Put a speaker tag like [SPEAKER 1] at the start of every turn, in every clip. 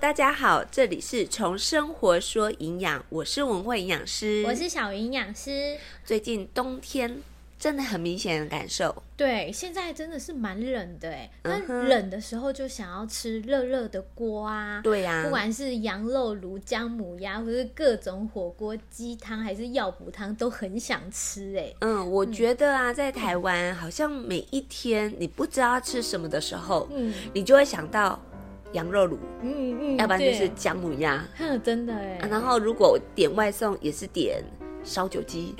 [SPEAKER 1] 大家好，这里是从生活说营养，我是文慧营养师。
[SPEAKER 2] 我是小云营养师。
[SPEAKER 1] 最近冬天真的很明显的感受，
[SPEAKER 2] 对，现在真的是蛮冷的哎，那
[SPEAKER 1] 嗯哼
[SPEAKER 2] 冷的时候就想要吃热热的锅啊，
[SPEAKER 1] 对呀、
[SPEAKER 2] 不管是羊肉炉、姜母鸭，或是各种火锅、鸡汤，还是药补汤，都很想吃哎。
[SPEAKER 1] 嗯，我觉得啊，在台湾好像每一天你不知道吃什么的时候，
[SPEAKER 2] 嗯
[SPEAKER 1] 你就会想到羊肉炉，
[SPEAKER 2] 嗯嗯，
[SPEAKER 1] 要不然就是
[SPEAKER 2] 对，
[SPEAKER 1] 姜母鸭、啊
[SPEAKER 2] 哼，真的哎，
[SPEAKER 1] 然后如果点外送也是点烧酒 鸡，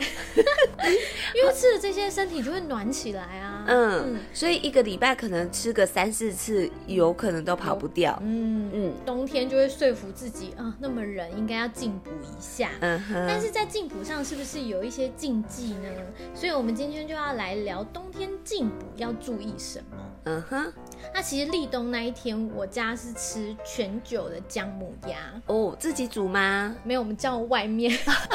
[SPEAKER 2] 因为吃了这些，身体就会暖起来啊。
[SPEAKER 1] 嗯，所以一个礼拜可能吃个三四次，有可能都跑不掉。
[SPEAKER 2] 嗯嗯，
[SPEAKER 1] 嗯
[SPEAKER 2] 冬天就会说服自己啊，那么冷应该要进补一下。
[SPEAKER 1] 嗯哼，
[SPEAKER 2] 但是在进补上是不是有一些禁忌呢？所以我们今天就要来聊冬天进补要注意什么。
[SPEAKER 1] 嗯哼，
[SPEAKER 2] 那其实立冬那一天，我家是吃全酒的姜母鸭，
[SPEAKER 1] 哦，自己煮 吗？
[SPEAKER 2] 没有我们叫 外面，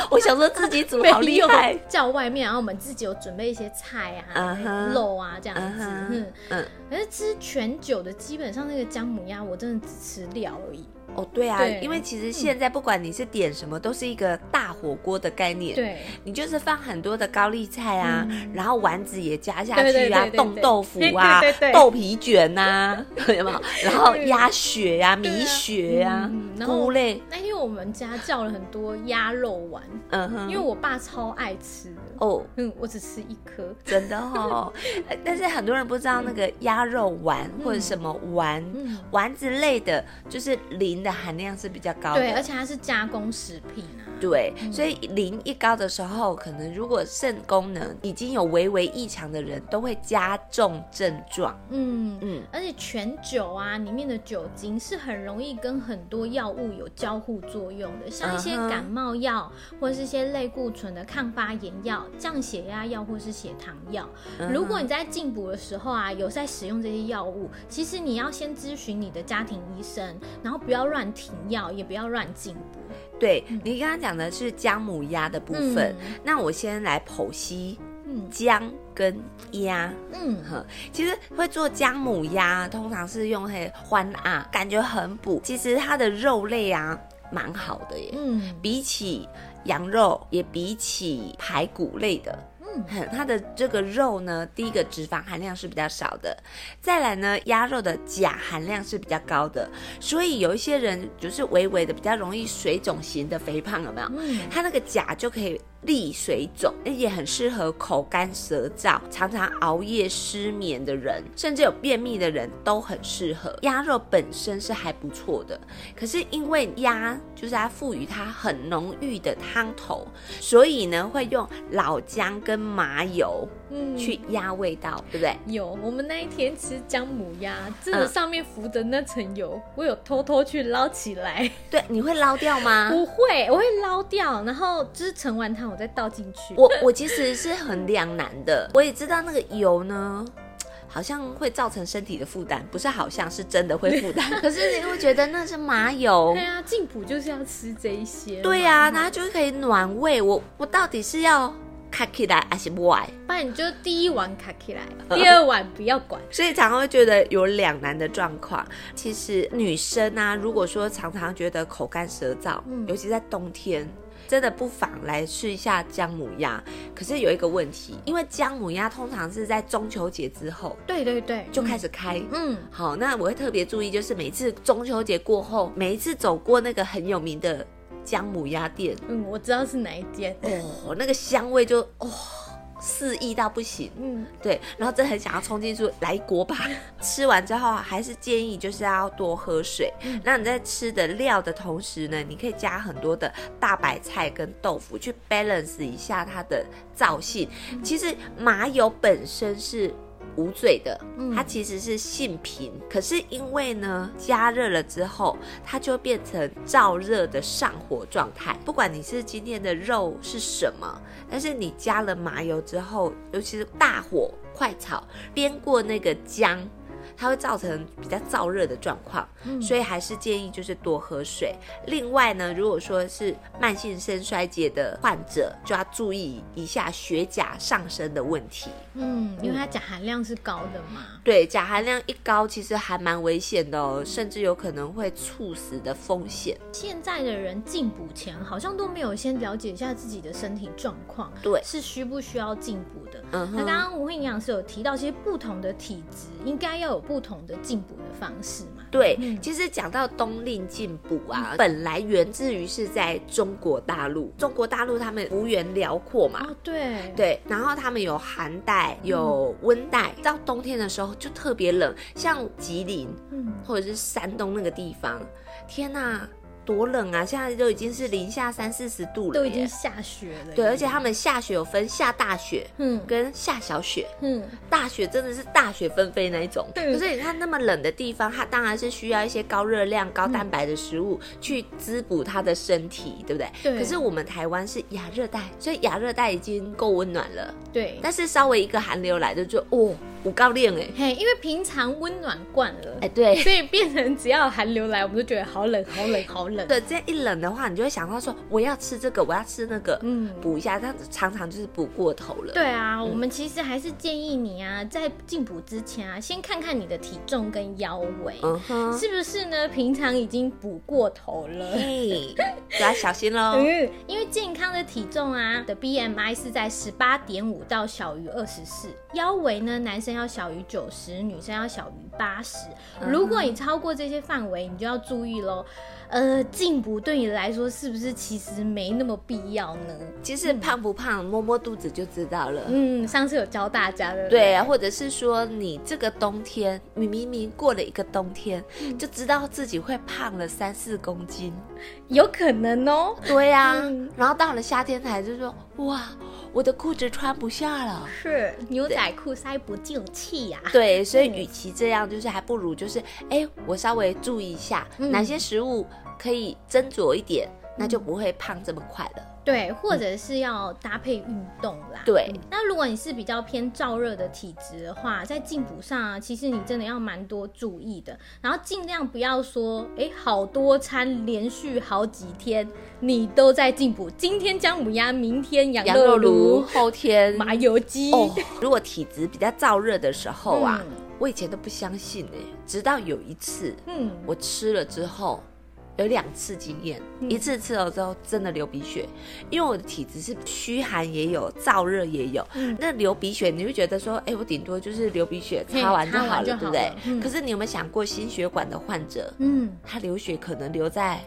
[SPEAKER 1] 我想说自己 煮
[SPEAKER 2] 没
[SPEAKER 1] 好厉
[SPEAKER 2] 有
[SPEAKER 1] 害。
[SPEAKER 2] 叫外面，然后我们自己有准备一些菜啊、
[SPEAKER 1] 嗯哼
[SPEAKER 2] 肉啊这样
[SPEAKER 1] 嗯
[SPEAKER 2] 子。
[SPEAKER 1] 哼
[SPEAKER 2] 嗯，，
[SPEAKER 1] 嗯，
[SPEAKER 2] 可是吃全酒的，基本上那个姜母鸭，我真的只吃料而已。
[SPEAKER 1] 哦，对啊，
[SPEAKER 2] 对
[SPEAKER 1] 因为其实现在不管你是点什么，都是一个大火锅的概念。。
[SPEAKER 2] 对，
[SPEAKER 1] 你就是放很多的高丽菜啊，
[SPEAKER 2] 嗯
[SPEAKER 1] 然后丸子也加下
[SPEAKER 2] 对对
[SPEAKER 1] 去啊
[SPEAKER 2] 对对，对
[SPEAKER 1] 冻豆腐啊
[SPEAKER 2] 对对对对，
[SPEAKER 1] 豆皮卷 呐、啊，有没有？然后鸭血呀、
[SPEAKER 2] 对啊
[SPEAKER 1] 米血呀、
[SPEAKER 2] 嗯然后
[SPEAKER 1] 菇类，
[SPEAKER 2] 那天我们家叫了很多鸭肉丸，
[SPEAKER 1] 嗯哼，
[SPEAKER 2] 因为我爸超爱吃的。
[SPEAKER 1] 哦，
[SPEAKER 2] 嗯，我只吃一颗。
[SPEAKER 1] 真的 哦，呃但是很多人不知道那个鸭肉丸或者什么丸，
[SPEAKER 2] 嗯，
[SPEAKER 1] 丸子类的，就是磷的含量是比较高的。
[SPEAKER 2] 对，而且它是加工食品啊。
[SPEAKER 1] 对，所以磷一高的时候，可能如果肾功能已经有微微异常的人，都会加重症状。
[SPEAKER 2] 嗯。
[SPEAKER 1] 嗯，
[SPEAKER 2] 而且全酒啊，里面的酒精是很容易跟很多药物有交互作用的，像一些
[SPEAKER 1] 嗯哼
[SPEAKER 2] 感冒药或是一些类固醇的抗发炎药、降血压药或是血糖药。
[SPEAKER 1] 嗯
[SPEAKER 2] 如果你在进补的时候啊，有在使用这些药物，其实你要先咨询你的家庭医生，然后不要乱停药，也不要乱进补。
[SPEAKER 1] 对你刚刚讲的是姜母鸭的部分，
[SPEAKER 2] 嗯
[SPEAKER 1] 那我先来剖析
[SPEAKER 2] 嗯
[SPEAKER 1] 姜跟鸭。
[SPEAKER 2] 嗯，
[SPEAKER 1] 呵，其实会做姜母鸭，通常是用黑欢啊，感觉很补。其实它的肉类啊，蛮好的耶。
[SPEAKER 2] 嗯，
[SPEAKER 1] 比起羊肉，也比起排骨类的，
[SPEAKER 2] 嗯
[SPEAKER 1] 嗯，它的这个肉呢，第一个脂肪含量是比较少的，再来呢，鸭肉的钾含量是比较高的，所以有一些人就是微微的比较容易水肿型的肥胖，有没有？
[SPEAKER 2] 嗯
[SPEAKER 1] 它那个钾就可以利水肿，也很适合口干舌燥、常常熬夜失眠的人，甚至有便秘的人都很适合。鸭肉本身是还不错的，可是因为鸭就是它赋予它很浓郁的汤头，所以呢会用老姜跟麻油
[SPEAKER 2] 嗯，
[SPEAKER 1] 去压味道，对不对？
[SPEAKER 2] 有，我们那一天吃姜母鸭，真的
[SPEAKER 1] 嗯
[SPEAKER 2] 上面浮的那层油，我有偷偷去捞起来，
[SPEAKER 1] 对，你会捞掉吗？
[SPEAKER 2] 不会，我会捞掉，然后就是盛完汤我再倒进去。
[SPEAKER 1] 我我其实是很两难的，我也知道那个油呢。好像会造成身体的负担，不是好像是真的会负担。可是你会觉得那是麻油
[SPEAKER 2] 对，啊，进补就是要吃这一些，
[SPEAKER 1] 对，呀、啊，它就可以暖胃。我我到底是要卡起来还是 why？
[SPEAKER 2] 不然你就第一碗卡 起来，第二碗不要管。
[SPEAKER 1] 所以常常会觉得有两难的状况。其实女生啊，如果说常常觉得口干舌燥，
[SPEAKER 2] 嗯
[SPEAKER 1] 尤其在冬天，真的不妨来试一下姜母鸭。可是有一个问题，因为姜母鸭通常是在中秋节之后
[SPEAKER 2] 对对对，
[SPEAKER 1] 就开
[SPEAKER 2] 始，
[SPEAKER 1] 始开。
[SPEAKER 2] 嗯
[SPEAKER 1] 好，那我会特别注意，就是每次中秋节过后，每一次走过那个很有名的姜母鸭店，
[SPEAKER 2] 嗯，我知道是哪一间，
[SPEAKER 1] 哦，那个香味就哦肆意到不行。
[SPEAKER 2] 嗯，
[SPEAKER 1] 对，然后真的很想要冲进去来一锅吧。 吃完之后啊还是建议就是要多喝水。那你在吃的料的同时呢，你可以加很多的大白菜跟豆腐去 balance 一下它的燥性。其实麻油本身是。无罪的
[SPEAKER 2] 嗯，
[SPEAKER 1] 它其实是性平，可是因为呢加热了之后，它就变成燥热的上火状态。不管你是今天的肉是什么，但是你加了麻油之后，尤其是大火快炒，煸过那个姜，它会造成比较燥热的状况，
[SPEAKER 2] 嗯
[SPEAKER 1] 所以还是建议就是多喝水。另外呢，如果说是慢性肾衰竭的患者，就要注意一下血钾上升的问题。
[SPEAKER 2] 嗯，因为它钾含量是高的嘛。
[SPEAKER 1] 对，钾含量一高，其实还蛮危险的哦，甚至有可能会猝死的风险。
[SPEAKER 2] 现在的人进补前好像都没有先了解一下自己的身体状况，
[SPEAKER 1] 对
[SPEAKER 2] 是需不需要进补的。
[SPEAKER 1] 嗯
[SPEAKER 2] 那刚
[SPEAKER 1] 哼，
[SPEAKER 2] 刚吴慧营养师有提到，其实不同的体质应该要有不同的进补的方式嘛。
[SPEAKER 1] 对，
[SPEAKER 2] 嗯
[SPEAKER 1] 其实讲到冬令进补啊，本来源自于是在中国大陆，中国大陆他们幅员辽阔嘛，
[SPEAKER 2] 哦，对，
[SPEAKER 1] 啊对，然后他们有寒带，有
[SPEAKER 2] 嗯
[SPEAKER 1] 温带，到冬天的时候就特别冷，像吉林
[SPEAKER 2] 嗯，
[SPEAKER 1] 或者是山东那个地方，天呐，多冷啊！现在都已经是零下三四十度了耶，
[SPEAKER 2] 都已经下雪了。
[SPEAKER 1] 对，而且他们下雪有分下大雪
[SPEAKER 2] 嗯
[SPEAKER 1] 跟下小雪。
[SPEAKER 2] 嗯，
[SPEAKER 1] 大雪真的是大雪纷飞那一种，
[SPEAKER 2] 对
[SPEAKER 1] 可是你看那么冷的地方，它当然是需要一些高热量、高蛋白的食物去滋补它的身体，对不对？
[SPEAKER 2] 嗯对
[SPEAKER 1] 可是我们台湾是亚热带，所以亚热带已经够温暖了，
[SPEAKER 2] 对。
[SPEAKER 1] 但是稍微一个寒流来的就哦，五高练哎
[SPEAKER 2] 嘿，因为平常温暖惯了
[SPEAKER 1] 哎，，对。
[SPEAKER 2] 所以变成只要寒流来，我们就觉得好冷，好冷，好冷。
[SPEAKER 1] 对，这样一冷的话，你就会想到说，我要吃这个，我要吃那个，
[SPEAKER 2] 嗯
[SPEAKER 1] 补一下，但常常就是补过头了。
[SPEAKER 2] 对啊，我们其实还是建议你啊，在进补之前啊，先看看你的体重跟腰围，
[SPEAKER 1] 嗯哼，
[SPEAKER 2] 是不是呢？平常已经补过头了。
[SPEAKER 1] 嘿，就要小心喽。
[SPEAKER 2] 嗯，因为健康的体重啊的 BMI 是在十八点五到小于二十四，腰围呢男生要小于九十，女生要小于八十。
[SPEAKER 1] 嗯
[SPEAKER 2] 如果你超过这些范围，你就要注意喽。呃，进补对你来说是不是其实没那么必要呢？
[SPEAKER 1] 其实胖不胖，摸摸肚子就知道了。
[SPEAKER 2] 嗯，上次有教大家的，
[SPEAKER 1] 对啊，或者是说你这个冬天，你明明过了一个冬天，就知道自己会胖了三四公斤。
[SPEAKER 2] 有可能哦。
[SPEAKER 1] 对呀、
[SPEAKER 2] 嗯
[SPEAKER 1] 然后到了夏天才就说，哇，我的裤子穿不下了。
[SPEAKER 2] 是牛仔裤塞不进气呀、
[SPEAKER 1] 对，所以与其这样，就是还不如就是，哎，我稍微注意一下、
[SPEAKER 2] 嗯
[SPEAKER 1] 哪些食物可以斟酌一点，那就不会胖这么快了。
[SPEAKER 2] 对，或者是要搭配运动啦。
[SPEAKER 1] 对
[SPEAKER 2] 嗯，那如果你是比较偏燥热的体质的话，在进补上啊，其实你真的要蛮多注意的，然后尽量不要说，哎，好多餐连续好几天你都在进补，今天姜母鸭，明天羊
[SPEAKER 1] 羊
[SPEAKER 2] 肉
[SPEAKER 1] 肉
[SPEAKER 2] 炉
[SPEAKER 1] 炉、后天
[SPEAKER 2] 麻油鸡。
[SPEAKER 1] 哦，如果体质比较燥热的时候啊，
[SPEAKER 2] 嗯
[SPEAKER 1] 我以前都不相信哎、直到有一次，
[SPEAKER 2] 嗯，
[SPEAKER 1] 我吃了之后，有两次经验，
[SPEAKER 2] 嗯
[SPEAKER 1] 一次吃了之后真的流鼻血，因为我的体质是虚寒也有，燥热也有。
[SPEAKER 2] 嗯
[SPEAKER 1] 那流鼻血，你会觉得说，哎、我顶多就是流鼻血，
[SPEAKER 2] 嘿
[SPEAKER 1] 擦完就
[SPEAKER 2] 擦完
[SPEAKER 1] 好了，
[SPEAKER 2] 就
[SPEAKER 1] 对
[SPEAKER 2] 好
[SPEAKER 1] 不对
[SPEAKER 2] 了？嗯
[SPEAKER 1] 可是你有没有想过，心血管的患者，
[SPEAKER 2] 嗯，
[SPEAKER 1] 他流血可能留在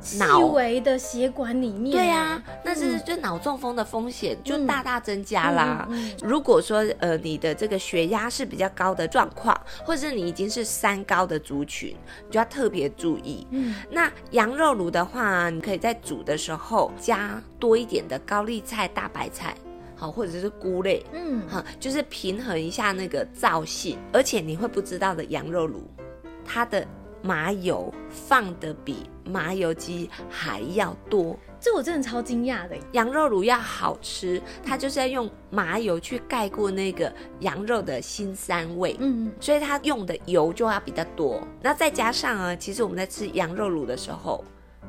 [SPEAKER 2] 细
[SPEAKER 1] 脑
[SPEAKER 2] 微的血管里面。
[SPEAKER 1] 对呀、那是就脑中风的风险就大大增加啦。
[SPEAKER 2] 嗯嗯嗯嗯
[SPEAKER 1] 如果说呃你的这个血压是比较高的状况，或是你已经是三高的族群，你就要特别注意。
[SPEAKER 2] 嗯
[SPEAKER 1] 那羊肉炉的话，你可以在煮的时候加多一点的高丽菜、大白菜，好，或者是菇类，
[SPEAKER 2] 嗯，
[SPEAKER 1] 哈、就是平衡一下那个燥性。而且你会不知道的，羊肉炉它的麻油放的比麻油鸡还要多。
[SPEAKER 2] 这我真的超惊讶的耶。
[SPEAKER 1] 羊肉炉要好吃，它就是要用麻油去盖过那个羊肉的腥膻味。
[SPEAKER 2] 嗯，
[SPEAKER 1] 所以它用的油就要比较多，那再加上啊，其实我们在吃羊肉卤的时候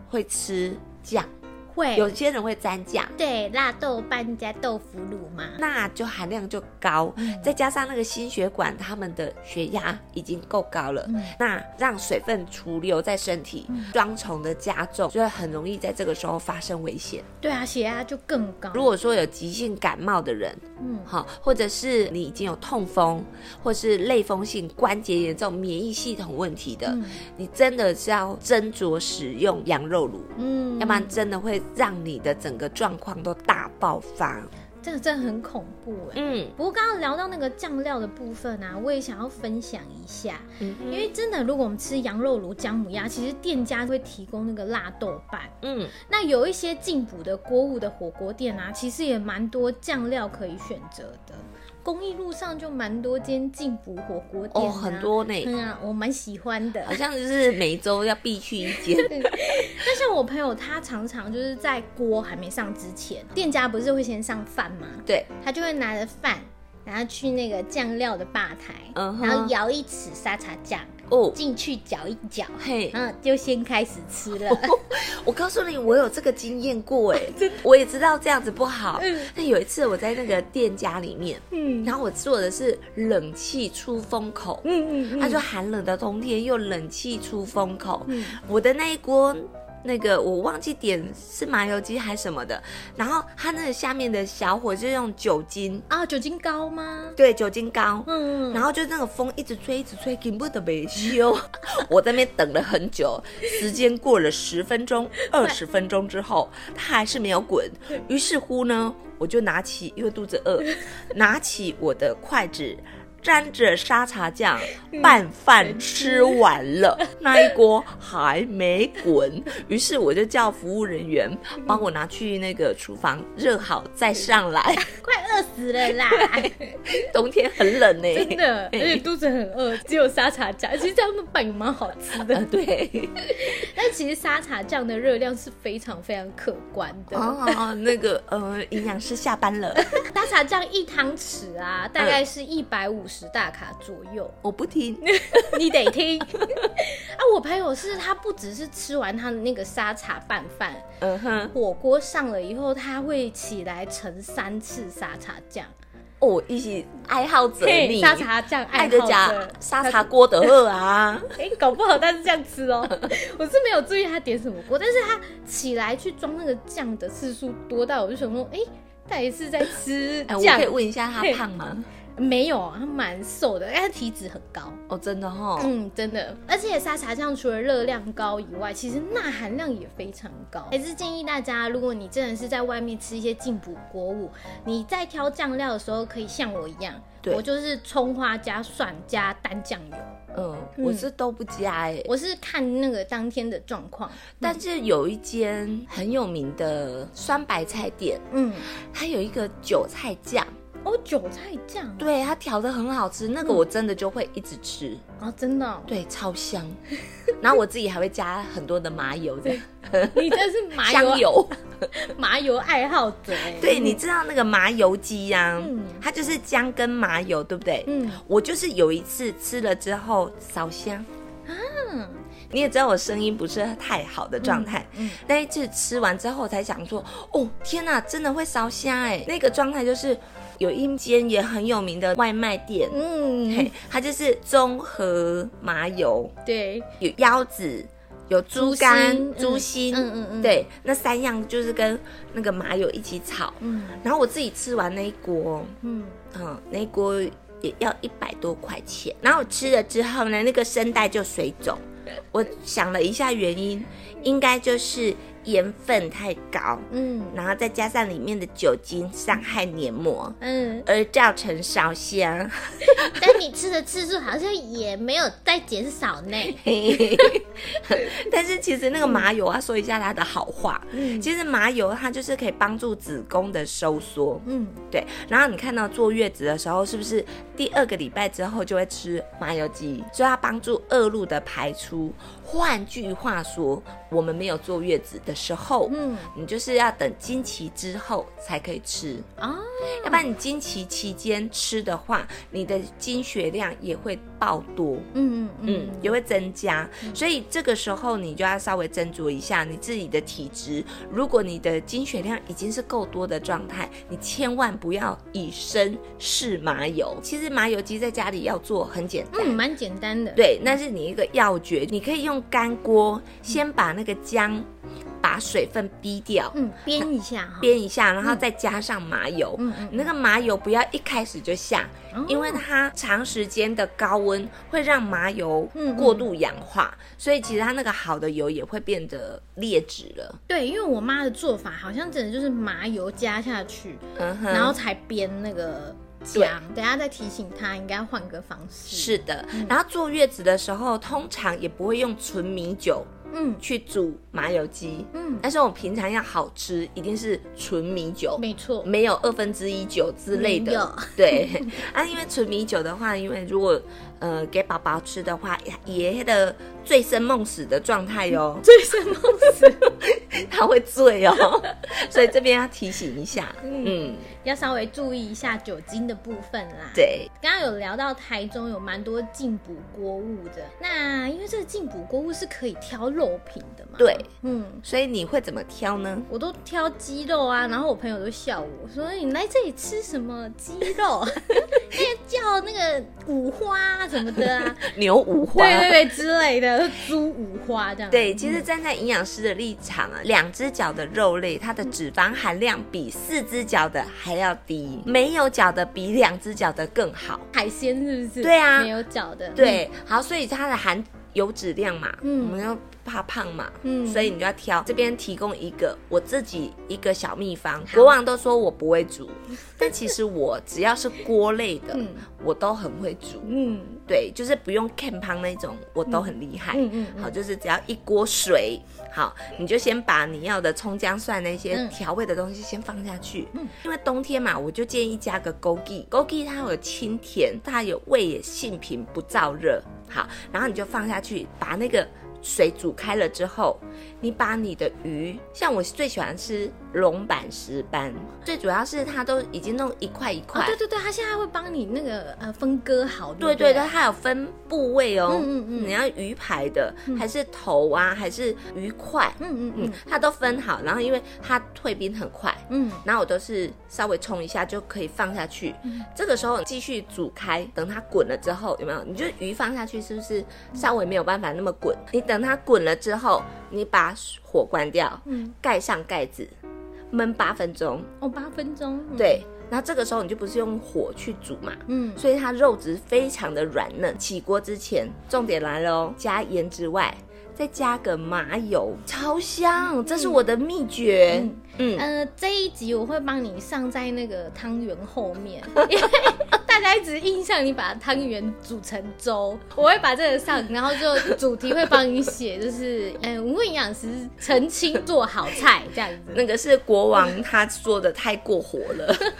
[SPEAKER 1] 会吃酱，
[SPEAKER 2] 嗯会
[SPEAKER 1] 有些人会沾酱，
[SPEAKER 2] 对辣豆瓣加豆腐乳嘛。
[SPEAKER 1] 那就含量就高，
[SPEAKER 2] 嗯
[SPEAKER 1] 再加上那个心血管他们的血压已经够高了，
[SPEAKER 2] 嗯
[SPEAKER 1] 那让水分储留在身体，双重的加重，所以很容易在这个时候发生危险。
[SPEAKER 2] 对啊，血压就更高。
[SPEAKER 1] 如果说有急性感冒的人，
[SPEAKER 2] 嗯
[SPEAKER 1] 好，或者是你已经有痛风，或是类风性关节炎这种免疫系统问题的，
[SPEAKER 2] 嗯
[SPEAKER 1] 你真的是要斟酌使用羊肉炉，
[SPEAKER 2] 嗯
[SPEAKER 1] 要不然真的会让你的整个状况都大爆发。
[SPEAKER 2] 这个真的很恐怖哎、
[SPEAKER 1] 嗯，
[SPEAKER 2] 不过刚刚聊到那个酱料的部分啊，我也想要分享一下，
[SPEAKER 1] 嗯
[SPEAKER 2] 因为真的，如果我们吃羊肉炉姜母鸭，其实店家会提供那个辣豆瓣。
[SPEAKER 1] 嗯，
[SPEAKER 2] 那有一些进补的锅物的火锅店啊，其实也蛮多酱料可以选择的。公益路上就蛮多间进补火锅店、
[SPEAKER 1] 哦，
[SPEAKER 2] 啊
[SPEAKER 1] 很。多呢，
[SPEAKER 2] 嗯啊，我蛮喜欢的
[SPEAKER 1] 好。 像就是每周要必去一 间。
[SPEAKER 2] 那像我朋友，他常常就是在锅还没上之前，店家不是会先上饭吗？
[SPEAKER 1] 对，
[SPEAKER 2] 他就会拿着饭，然后去那个酱料的吧台，
[SPEAKER 1] 嗯哼
[SPEAKER 2] 然后舀一匙沙茶酱
[SPEAKER 1] 哦，
[SPEAKER 2] 进去搅一搅，
[SPEAKER 1] 嘿，
[SPEAKER 2] 嗯，就先开始吃了。
[SPEAKER 1] 我告诉你，我有这个经验过 哎，我也知道这样子不好。
[SPEAKER 2] 嗯
[SPEAKER 1] 那有一次我在那个店家里面，
[SPEAKER 2] 嗯
[SPEAKER 1] 然后我做的是冷气出风口，
[SPEAKER 2] 嗯
[SPEAKER 1] 它就寒冷的冬天又冷气出风口，
[SPEAKER 2] 嗯
[SPEAKER 1] 我的那一锅。那个我忘记点是麻油鸡还是什么的，然后它那个下面的小火就用酒精，
[SPEAKER 2] 啊，酒精高吗？
[SPEAKER 1] 对酒精膏，
[SPEAKER 2] 嗯，
[SPEAKER 1] 然后就那个风一直吹，一直吹，根本都没 休。我在那边等了很久，时间过了十分钟、二十分钟之后，它还是没有滚。于是乎呢，我就拿起，因为肚子 饿，拿起我的筷子。沾着沙茶酱
[SPEAKER 2] 嗯
[SPEAKER 1] 拌饭吃完了，那一锅还没滚，于是我就叫服务人员
[SPEAKER 2] 嗯
[SPEAKER 1] 帮我拿去那个厨房热好再上来。
[SPEAKER 2] 快饿死了 啦！
[SPEAKER 1] 冬天很冷呢、
[SPEAKER 2] 真的，而且肚子很饿，只有沙茶酱。其实他们拌也蛮好吃的，
[SPEAKER 1] 呃对。
[SPEAKER 2] 但其实沙茶酱的热量是非常非常可观的。
[SPEAKER 1] 哦，那个呃，营养师下班 了，
[SPEAKER 2] 沙茶酱一汤匙啊，大概是一百五十大卡左右，
[SPEAKER 1] 我不听。
[SPEAKER 2] 你得听。啊，我朋友是他不只是吃完他的那个沙茶拌饭，
[SPEAKER 1] 嗯哼，
[SPEAKER 2] 火锅上了以后，他会起来盛三次沙茶酱，
[SPEAKER 1] 哦，一起爱好者
[SPEAKER 2] 嘿
[SPEAKER 1] 你
[SPEAKER 2] 沙茶酱爱
[SPEAKER 1] 爱
[SPEAKER 2] 好
[SPEAKER 1] 着加
[SPEAKER 2] 者。
[SPEAKER 1] 沙茶锅的喝 啊，
[SPEAKER 2] 哎、搞不好他是这样吃哦， 我是没有注意他点什么锅，但是他起来去装那个酱的次数多到我就想说，哎、他也是在吃
[SPEAKER 1] 哎，我
[SPEAKER 2] 酱
[SPEAKER 1] 可以，问一下他
[SPEAKER 2] 嘿
[SPEAKER 1] 胖吗？
[SPEAKER 2] 没有，他蛮瘦的，但他体脂很高。
[SPEAKER 1] 哦，真的哈、哦，
[SPEAKER 2] 嗯，真的，而且沙茶酱除了热量高以外，其实钠含量也非常高。还是建议大家，如果你真的是在外面吃一些进补锅物，你在挑酱料的时候，可以像我一样，
[SPEAKER 1] 对
[SPEAKER 2] 我就是葱花加蒜加单酱油，
[SPEAKER 1] 嗯，我是都不加哎、
[SPEAKER 2] 我是看那个当天的状况。
[SPEAKER 1] 但是有一间很有名的酸白菜店，
[SPEAKER 2] 嗯，
[SPEAKER 1] 它有一个韭菜酱，
[SPEAKER 2] 哦，韭菜酱，
[SPEAKER 1] 对，它调的很好吃，那个
[SPEAKER 2] 嗯
[SPEAKER 1] 我真的就会一直吃，
[SPEAKER 2] 哦，真的哦、
[SPEAKER 1] 对，超 香。然后我自己还会加很多的麻油的
[SPEAKER 2] 你真是麻
[SPEAKER 1] 香
[SPEAKER 2] 油啊
[SPEAKER 1] 油。
[SPEAKER 2] 麻油爱好者哎。
[SPEAKER 1] 对，你知道那个麻油鸡呀、
[SPEAKER 2] 嗯
[SPEAKER 1] 它就是姜跟麻油，对不对？
[SPEAKER 2] 嗯
[SPEAKER 1] 我就是有一次吃了之后烧香，你也知道我声音不是太好的状态，
[SPEAKER 2] 啊嗯
[SPEAKER 1] 那一次吃完之后我才想说，哦天哪，真的会烧香哎！那个状态就是有一间也很有名的外卖店，
[SPEAKER 2] 嗯
[SPEAKER 1] 嘿，它就是综合麻油，
[SPEAKER 2] 对，
[SPEAKER 1] 有腰子，有猪
[SPEAKER 2] 猪
[SPEAKER 1] 肝
[SPEAKER 2] 心、
[SPEAKER 1] 猪
[SPEAKER 2] 嗯
[SPEAKER 1] 心，
[SPEAKER 2] 嗯嗯嗯
[SPEAKER 1] 对，那三样就是跟那个麻油一起炒。
[SPEAKER 2] 嗯
[SPEAKER 1] 然后我自己吃完那一锅，
[SPEAKER 2] 嗯，
[SPEAKER 1] 嗯，那一锅也要一百多块钱。然后我吃了之后呢，那个声带就水肿。我想了一下原因，应该就是盐分太高，
[SPEAKER 2] 嗯
[SPEAKER 1] 然后再加上里面的酒精伤害黏膜，
[SPEAKER 2] 嗯，
[SPEAKER 1] 而造成烧香。
[SPEAKER 2] 但你吃的次数好像也没有在减少呢。
[SPEAKER 1] 但是其实那个麻油啊，说一下它的好话，
[SPEAKER 2] 嗯
[SPEAKER 1] 其实麻油它就是可以帮助子宫的收缩。
[SPEAKER 2] 嗯，
[SPEAKER 1] 对，然后你看到坐月子的时候，是不是第二个礼拜之后就会吃麻油鸡？所以它帮助恶露的排出。换句话说，我们没有坐月子的时候，
[SPEAKER 2] 嗯
[SPEAKER 1] 你就是要等经期之后才可以吃，
[SPEAKER 2] 啊，
[SPEAKER 1] 要不然你经期期间吃的话，你的经血量也会爆多。
[SPEAKER 2] 嗯
[SPEAKER 1] 嗯
[SPEAKER 2] 嗯，
[SPEAKER 1] 也会增加，所以这个时候你就要稍微斟酌一下你自己的体质。如果你的经血量已经是够多的状态，你千万不要以身试麻油。其实麻油鸡在家里要做很简单。
[SPEAKER 2] 嗯，蛮简单的。，
[SPEAKER 1] 对，那是你一个要诀，你可以用干锅
[SPEAKER 2] 嗯
[SPEAKER 1] 先把那个姜，把水分逼掉，
[SPEAKER 2] 嗯，煸一下哈。
[SPEAKER 1] 煸一下，然后再加上麻油。
[SPEAKER 2] 嗯嗯
[SPEAKER 1] 你那个麻油不要一开始就下，
[SPEAKER 2] 哦
[SPEAKER 1] 因为它长时间的高温会让麻油
[SPEAKER 2] 嗯嗯
[SPEAKER 1] 过度氧化，所以其实它那个好的油也会变得劣质了。
[SPEAKER 2] 对，因为我妈的做法好像真的就是麻油加下去，
[SPEAKER 1] 嗯哼，
[SPEAKER 2] 然后才煸那个姜。等一下再提醒她，应该换个方式。，
[SPEAKER 1] 是的，
[SPEAKER 2] 嗯
[SPEAKER 1] 然后坐月子的时候，通常也不会用纯米酒
[SPEAKER 2] 嗯
[SPEAKER 1] 去煮麻油鸡，
[SPEAKER 2] 嗯，
[SPEAKER 1] 但是我们平常要好吃，一定是纯米酒。
[SPEAKER 2] 没 错。
[SPEAKER 1] 没有二分之一酒之类
[SPEAKER 2] 没 有
[SPEAKER 1] 的，对啊，因为纯米酒的话，因为如果嗯、呃给宝宝吃的话，爷爷的醉生梦死的状态 哟，
[SPEAKER 2] 醉生梦死，
[SPEAKER 1] 他会醉哦， 所以这边要提醒一下，嗯，
[SPEAKER 2] 要稍微注意一下酒精的部分啦。
[SPEAKER 1] 对，
[SPEAKER 2] 刚刚有聊到台中有蛮多进补锅物的，那因为这个进补锅物是可以挑肉品的嘛？
[SPEAKER 1] 对，
[SPEAKER 2] 嗯，
[SPEAKER 1] 所以你会怎么挑呢？
[SPEAKER 2] 我都挑鸡肉啊，然后我朋友都笑我说你来这里吃什么鸡 肉？那叫那个五花啊什么的 啊，
[SPEAKER 1] 牛五花，
[SPEAKER 2] 对对对之类的，猪五花这样。
[SPEAKER 1] 对，其实站在营养师的立场啊，两只脚的肉类，它的脂肪含量比四只脚的还要低，没有脚的比两只脚的更好。
[SPEAKER 2] 海鲜是不是？
[SPEAKER 1] 对啊
[SPEAKER 2] 没有脚的。
[SPEAKER 1] 对，好，所以它的含油脂量嘛，
[SPEAKER 2] 嗯
[SPEAKER 1] 我们要怕胖嘛，
[SPEAKER 2] 嗯
[SPEAKER 1] 所以你就要挑这边提供一个我自己一个小秘方。国王都说我不会煮，但其实我只要是锅类的，
[SPEAKER 2] 嗯
[SPEAKER 1] 我都很会煮。
[SPEAKER 2] 嗯，
[SPEAKER 1] 对，就是不用 can 汤那种，我都很厉害。
[SPEAKER 2] 嗯嗯嗯
[SPEAKER 1] 好，就是只要一锅水，好，你就先把你要的葱姜蒜那些
[SPEAKER 2] 嗯
[SPEAKER 1] 调味的东西先放下去。嗯，因为冬天嘛，我就建议加个枸杞，枸杞它有清甜，它有味也性平，不燥热。好，然后你就放下去，把那个水煮开了之后，你把你的鱼，像我最喜欢吃龙板石斑，最主要是它都已经弄一块一块。
[SPEAKER 2] 哦，对对对，他现在会帮你那个呃分割好，
[SPEAKER 1] 对
[SPEAKER 2] 不
[SPEAKER 1] 对对，，它有分部位哦，
[SPEAKER 2] 嗯嗯嗯
[SPEAKER 1] 你要鱼排的，还是头啊，还是鱼块，
[SPEAKER 2] 嗯嗯
[SPEAKER 1] 嗯
[SPEAKER 2] 嗯，
[SPEAKER 1] 它都分好。然后因为它退冰很快，
[SPEAKER 2] 嗯，
[SPEAKER 1] 然后我都是稍微冲一下就可以放下去。
[SPEAKER 2] 嗯
[SPEAKER 1] 这个时候继续煮开，等它滚了之后，有没有？你就鱼放下去，是不是稍微没有办法那么滚？你等它滚了之后，你把火关掉，
[SPEAKER 2] 嗯
[SPEAKER 1] 盖上盖子，焖八分钟。
[SPEAKER 2] 哦，八分钟，嗯，
[SPEAKER 1] 对，然后这个时候你就不是用火去煮嘛，
[SPEAKER 2] 嗯，
[SPEAKER 1] 所以它肉质非常的软嫩。起锅之前，重点来了哦，加盐之外，再加个麻油，超香，这是我的秘诀。嗯，
[SPEAKER 2] 呃，这一集我会帮你上在那个汤圆后 面，因为大家一直印象你把汤圆煮成粥，我会把这个
[SPEAKER 1] 嗯
[SPEAKER 2] 上，然后就主题会帮你写，就是 嗯，我们营养师澄清做好菜这样子。
[SPEAKER 1] 那个是国王他说的太过火了，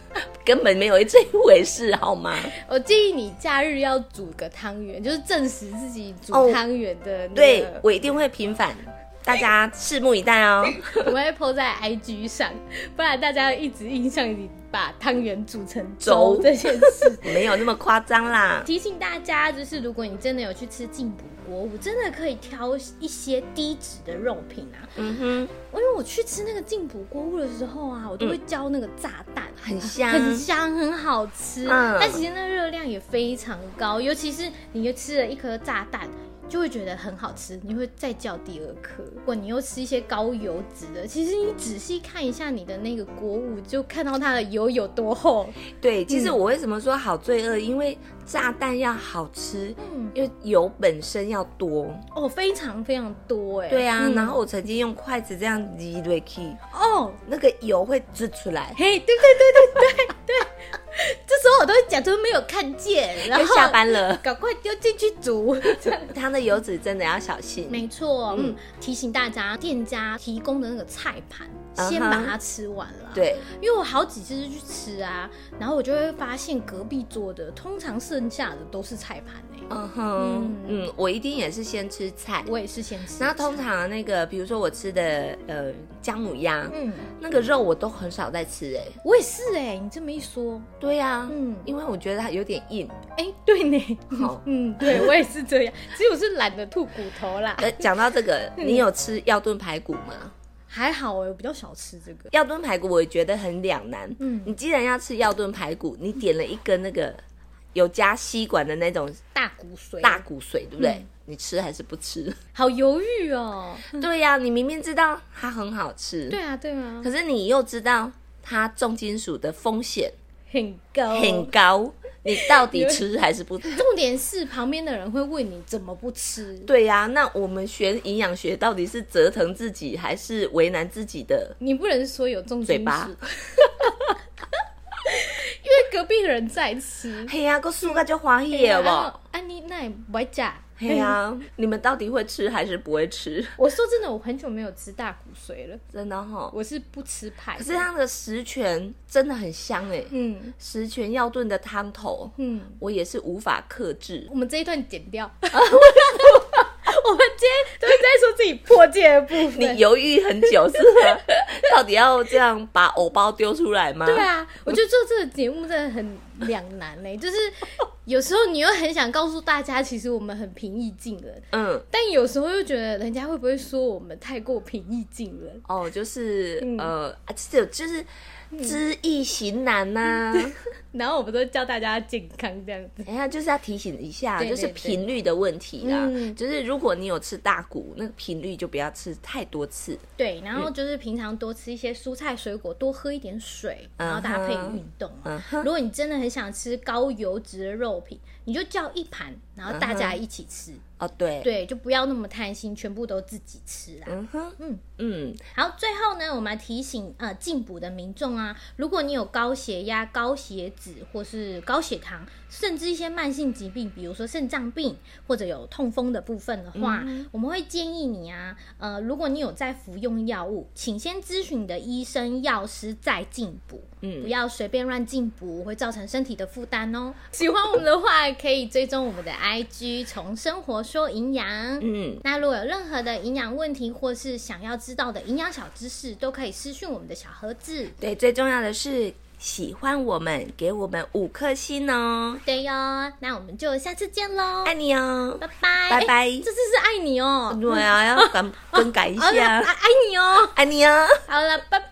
[SPEAKER 1] 根本没有这一回事，好吗？
[SPEAKER 2] 我建议你假日要煮个汤圆，就是证实自己煮
[SPEAKER 1] 哦
[SPEAKER 2] 汤圆的、那个
[SPEAKER 1] 对我一定会平反，大家拭目以待 哦。
[SPEAKER 2] 我会 po 在 IG 上，不然大家一直印象你把汤圆煮成
[SPEAKER 1] 粥
[SPEAKER 2] 粥这件事。
[SPEAKER 1] 没有那么夸张啦。
[SPEAKER 2] 提醒大家，就是如果你真的有去吃进补锅，我真的可以挑一些低脂的肉品啊。
[SPEAKER 1] 嗯哼，
[SPEAKER 2] 因为我去吃那个进补锅物的时候啊，我都会浇那个炸弹，啊
[SPEAKER 1] 很香
[SPEAKER 2] 很香，很好吃。
[SPEAKER 1] 嗯
[SPEAKER 2] 但其实那热量也非常高，尤其是你又吃了一颗炸弹。就会觉得很好吃，你会再叫第二颗。如果你又吃一些高油脂的，其实你仔细看一下你的那个锅物，就看到它的油有多厚。
[SPEAKER 1] 对，其实我为什么说好罪恶？因为炸弹要好吃，
[SPEAKER 2] 嗯，
[SPEAKER 1] 因为油本身要多。
[SPEAKER 2] 哦，非常非常多哎。
[SPEAKER 1] 对啊，
[SPEAKER 2] 嗯
[SPEAKER 1] 然后我曾经用筷子这样挤对 key，
[SPEAKER 2] 哦，
[SPEAKER 1] 那个油会滋出 来，
[SPEAKER 2] 嘿，对对对对对对，这时候我都会假装没有看见，然
[SPEAKER 1] 要
[SPEAKER 2] 后
[SPEAKER 1] 下班 了，
[SPEAKER 2] 赶快丢进去 煮。这样
[SPEAKER 1] 它的油脂真的要小心。
[SPEAKER 2] 没错，
[SPEAKER 1] 嗯
[SPEAKER 2] 嗯，提醒大家，店家提供的那个菜盘
[SPEAKER 1] 嗯哼
[SPEAKER 2] 先把它吃完了。。
[SPEAKER 1] 对，
[SPEAKER 2] 因为我好几次去吃啊，然后我就会发现隔壁桌的通常剩下的都是菜盘哎、
[SPEAKER 1] 嗯哼，
[SPEAKER 2] 嗯
[SPEAKER 1] 嗯，我一定也是先吃菜，
[SPEAKER 2] 我也是先吃。
[SPEAKER 1] 然后通，常那个，比如说我吃的呃姜母鸭，
[SPEAKER 2] 嗯，
[SPEAKER 1] 那个肉我都很少在吃，哎，
[SPEAKER 2] 我也是哎、你这么一说，
[SPEAKER 1] 对啊呀，
[SPEAKER 2] 嗯，
[SPEAKER 1] 因为我觉得它有点 硬。
[SPEAKER 2] 哎、对呢，
[SPEAKER 1] 好
[SPEAKER 2] 嗯，对我也是这样，只有是懒得吐骨头啦。
[SPEAKER 1] 呃，讲到这个，你有吃药炖排骨吗？
[SPEAKER 2] 还好哎、我比较少吃这个。
[SPEAKER 1] 药炖排骨我也觉得很两难。
[SPEAKER 2] 嗯
[SPEAKER 1] 你既然要吃药炖排骨，你点了一根那个有加吸管的那种
[SPEAKER 2] 大骨髓，
[SPEAKER 1] 大骨髓，对不对？嗯你吃还是不吃？
[SPEAKER 2] 好犹豫哦。
[SPEAKER 1] 对呀、你明明知道它很好吃，
[SPEAKER 2] 对啊，对啊，
[SPEAKER 1] 可是你又知道它重金属的风险
[SPEAKER 2] 很高。
[SPEAKER 1] 很高，你到底吃还是不？
[SPEAKER 2] 重点是旁边的人会问你怎么不吃。
[SPEAKER 1] 对呀、那我们学营养学到底是折腾自己还是为难自己的？
[SPEAKER 2] 你不能说有重金属，
[SPEAKER 1] 嘴巴
[SPEAKER 2] 因为隔壁的人在吃。
[SPEAKER 1] 嘿呀、啊，个树个就花叶
[SPEAKER 2] 然后啊
[SPEAKER 1] 了，
[SPEAKER 2] 啊，你那也不会假，
[SPEAKER 1] 嘿呀、你们到底会吃还是不会吃？
[SPEAKER 2] 我说真的，我很久没有吃大骨髓了，
[SPEAKER 1] 真的哦哈、
[SPEAKER 2] 我是不吃派的。
[SPEAKER 1] 可是它的十全真的很香哎、
[SPEAKER 2] 嗯
[SPEAKER 1] 十全药炖的汤头，
[SPEAKER 2] 嗯，
[SPEAKER 1] 我也是无法克制。
[SPEAKER 2] 我们这一段剪掉。 我们今天都是在说自己破戒的部分。
[SPEAKER 1] 你犹豫很久是吗？到底要这样把藕包丢出来吗？
[SPEAKER 2] 对，啊，我觉得做这个节目真的很两难呢、就是有时候你又很想告诉大家，其实我们很平易近人，
[SPEAKER 1] 嗯，
[SPEAKER 2] 但有时候又觉得人家会不会说我们太过平易近人？
[SPEAKER 1] 哦，就是、
[SPEAKER 2] 嗯
[SPEAKER 1] 呃，啊这就是知易行难呐、
[SPEAKER 2] 嗯然后我们都叫大家健康这样子。
[SPEAKER 1] 等一下就是要提醒一下，
[SPEAKER 2] 对对
[SPEAKER 1] 就是频率的问题啦。
[SPEAKER 2] 嗯
[SPEAKER 1] 就是如果你有吃大骨，那个频率就不要吃太多次。
[SPEAKER 2] 对，然后就是平常多吃一些蔬菜水果，多喝一点水，然后搭配
[SPEAKER 1] 嗯哼
[SPEAKER 2] 运动嘛。
[SPEAKER 1] 嗯
[SPEAKER 2] 如果你真的很想吃高油脂的肉品，你就叫一盘，然后大家一起吃。
[SPEAKER 1] 哦，对，，
[SPEAKER 2] 对，就不要那么贪心，全部都自己吃啦。
[SPEAKER 1] 嗯哼，
[SPEAKER 2] 嗯
[SPEAKER 1] 嗯嗯，
[SPEAKER 2] 好，最后呢，我们提醒呃进补的民众啊，如果你有高血压、高血脂或是高血糖，甚至一些慢性疾病，比如说肾脏病或者有痛风的部分的话，我们会建议你啊，呃，如果你有在服用药物，请先咨询你的医生、药师再进补。
[SPEAKER 1] 嗯
[SPEAKER 2] 不要随便乱进补，会造成身体的负担哦。喜欢我们的话，可以追踪我们的 IG，从生活说营养。
[SPEAKER 1] 嗯，
[SPEAKER 2] 那如果有任何的营养问题，或是想要知道的营养小知识，都可以私讯我们的小盒子。
[SPEAKER 1] 对，最重要的是喜欢我们，给我们五颗星哦，
[SPEAKER 2] 对哟，那我们就下次见喽，
[SPEAKER 1] 爱你哦，
[SPEAKER 2] 拜拜，
[SPEAKER 1] 拜拜
[SPEAKER 2] 哎这次是爱你哦，
[SPEAKER 1] 对啊，要更更改一
[SPEAKER 2] 哦
[SPEAKER 1] 下
[SPEAKER 2] 爱，爱你哦，
[SPEAKER 1] 爱你哦。
[SPEAKER 2] 好了，拜拜。